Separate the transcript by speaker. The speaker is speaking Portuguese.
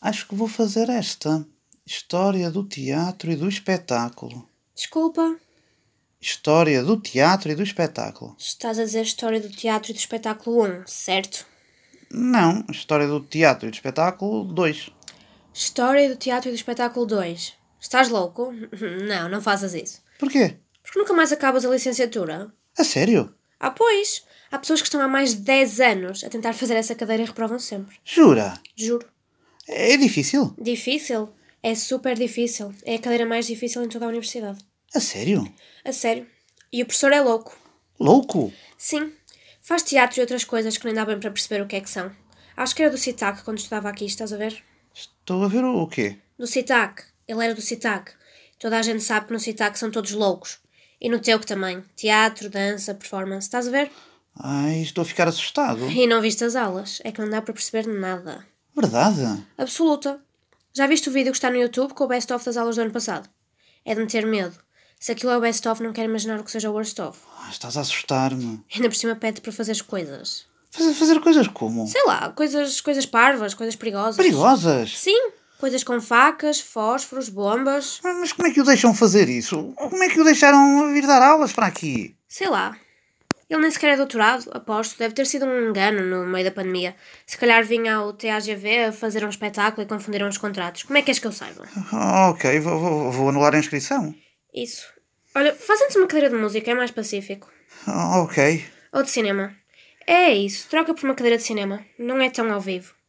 Speaker 1: Acho que vou fazer esta. História do teatro e do espetáculo.
Speaker 2: Desculpa,
Speaker 1: História do teatro e do espetáculo.
Speaker 2: estás a dizer história do teatro e do espetáculo 1, certo?
Speaker 1: Não, História do teatro e do espetáculo 2.
Speaker 2: História do teatro e do espetáculo 2. Estás louco? Não, não faças isso.
Speaker 1: Porquê?
Speaker 2: Porque nunca mais acabas a licenciatura.
Speaker 1: A sério?
Speaker 2: Ah, pois! Há pessoas que estão há mais de 10 anos a tentar fazer essa cadeira e reprovam sempre.
Speaker 1: Jura?
Speaker 2: Juro.
Speaker 1: É difícil?
Speaker 2: Difícil? É super difícil. É a cadeira mais difícil em toda a universidade.
Speaker 1: A sério?
Speaker 2: A sério. E o professor é louco.
Speaker 1: Louco?
Speaker 2: Sim. Faz teatro e outras coisas que nem dá bem para perceber o que é que são. Acho que era do CITAC quando estudava aqui, estás a ver?
Speaker 1: Estou a ver o quê?
Speaker 2: Do CITAC. Ele era do CITAC. Toda a gente sabe que no CITAC são todos loucos. E no teu que também. Teatro, dança, performance, estás a ver?
Speaker 1: Ai, estou a ficar assustado.
Speaker 2: E não viste as aulas. É que não dá para perceber nada.
Speaker 1: Verdade?
Speaker 2: Absoluta. Já viste o vídeo que está no YouTube com o best-of das aulas do ano passado? É de meter medo. Se aquilo é o best-of, não quero imaginar o que seja o worst-of.
Speaker 1: Ah, Estás a assustar-me.
Speaker 2: Ainda por cima pede para fazeres coisas.
Speaker 1: Fazer, fazer coisas como?
Speaker 2: Sei lá, coisas, coisas parvas, coisas perigosas.
Speaker 1: Perigosas?
Speaker 2: Sim, coisas com facas, fósforos, bombas.
Speaker 1: Mas como é que o deixam fazer isso? Como é que o deixaram vir dar aulas para aqui?
Speaker 2: Sei lá. Ele nem sequer é doutorado, aposto. Deve ter sido um engano no meio da pandemia. Se calhar vinha ao TAGV a fazer um espetáculo e confundiram os contratos. Como é que és que eu saiba?
Speaker 1: Ah, Ok, vou, vou- vou anular a inscrição.
Speaker 2: Isso. Olha, fazem-se uma cadeira de música, é mais pacífico.
Speaker 1: Ah, Ok.
Speaker 2: Ou de cinema. É isso, troca por uma cadeira de cinema. Não é tão ao vivo.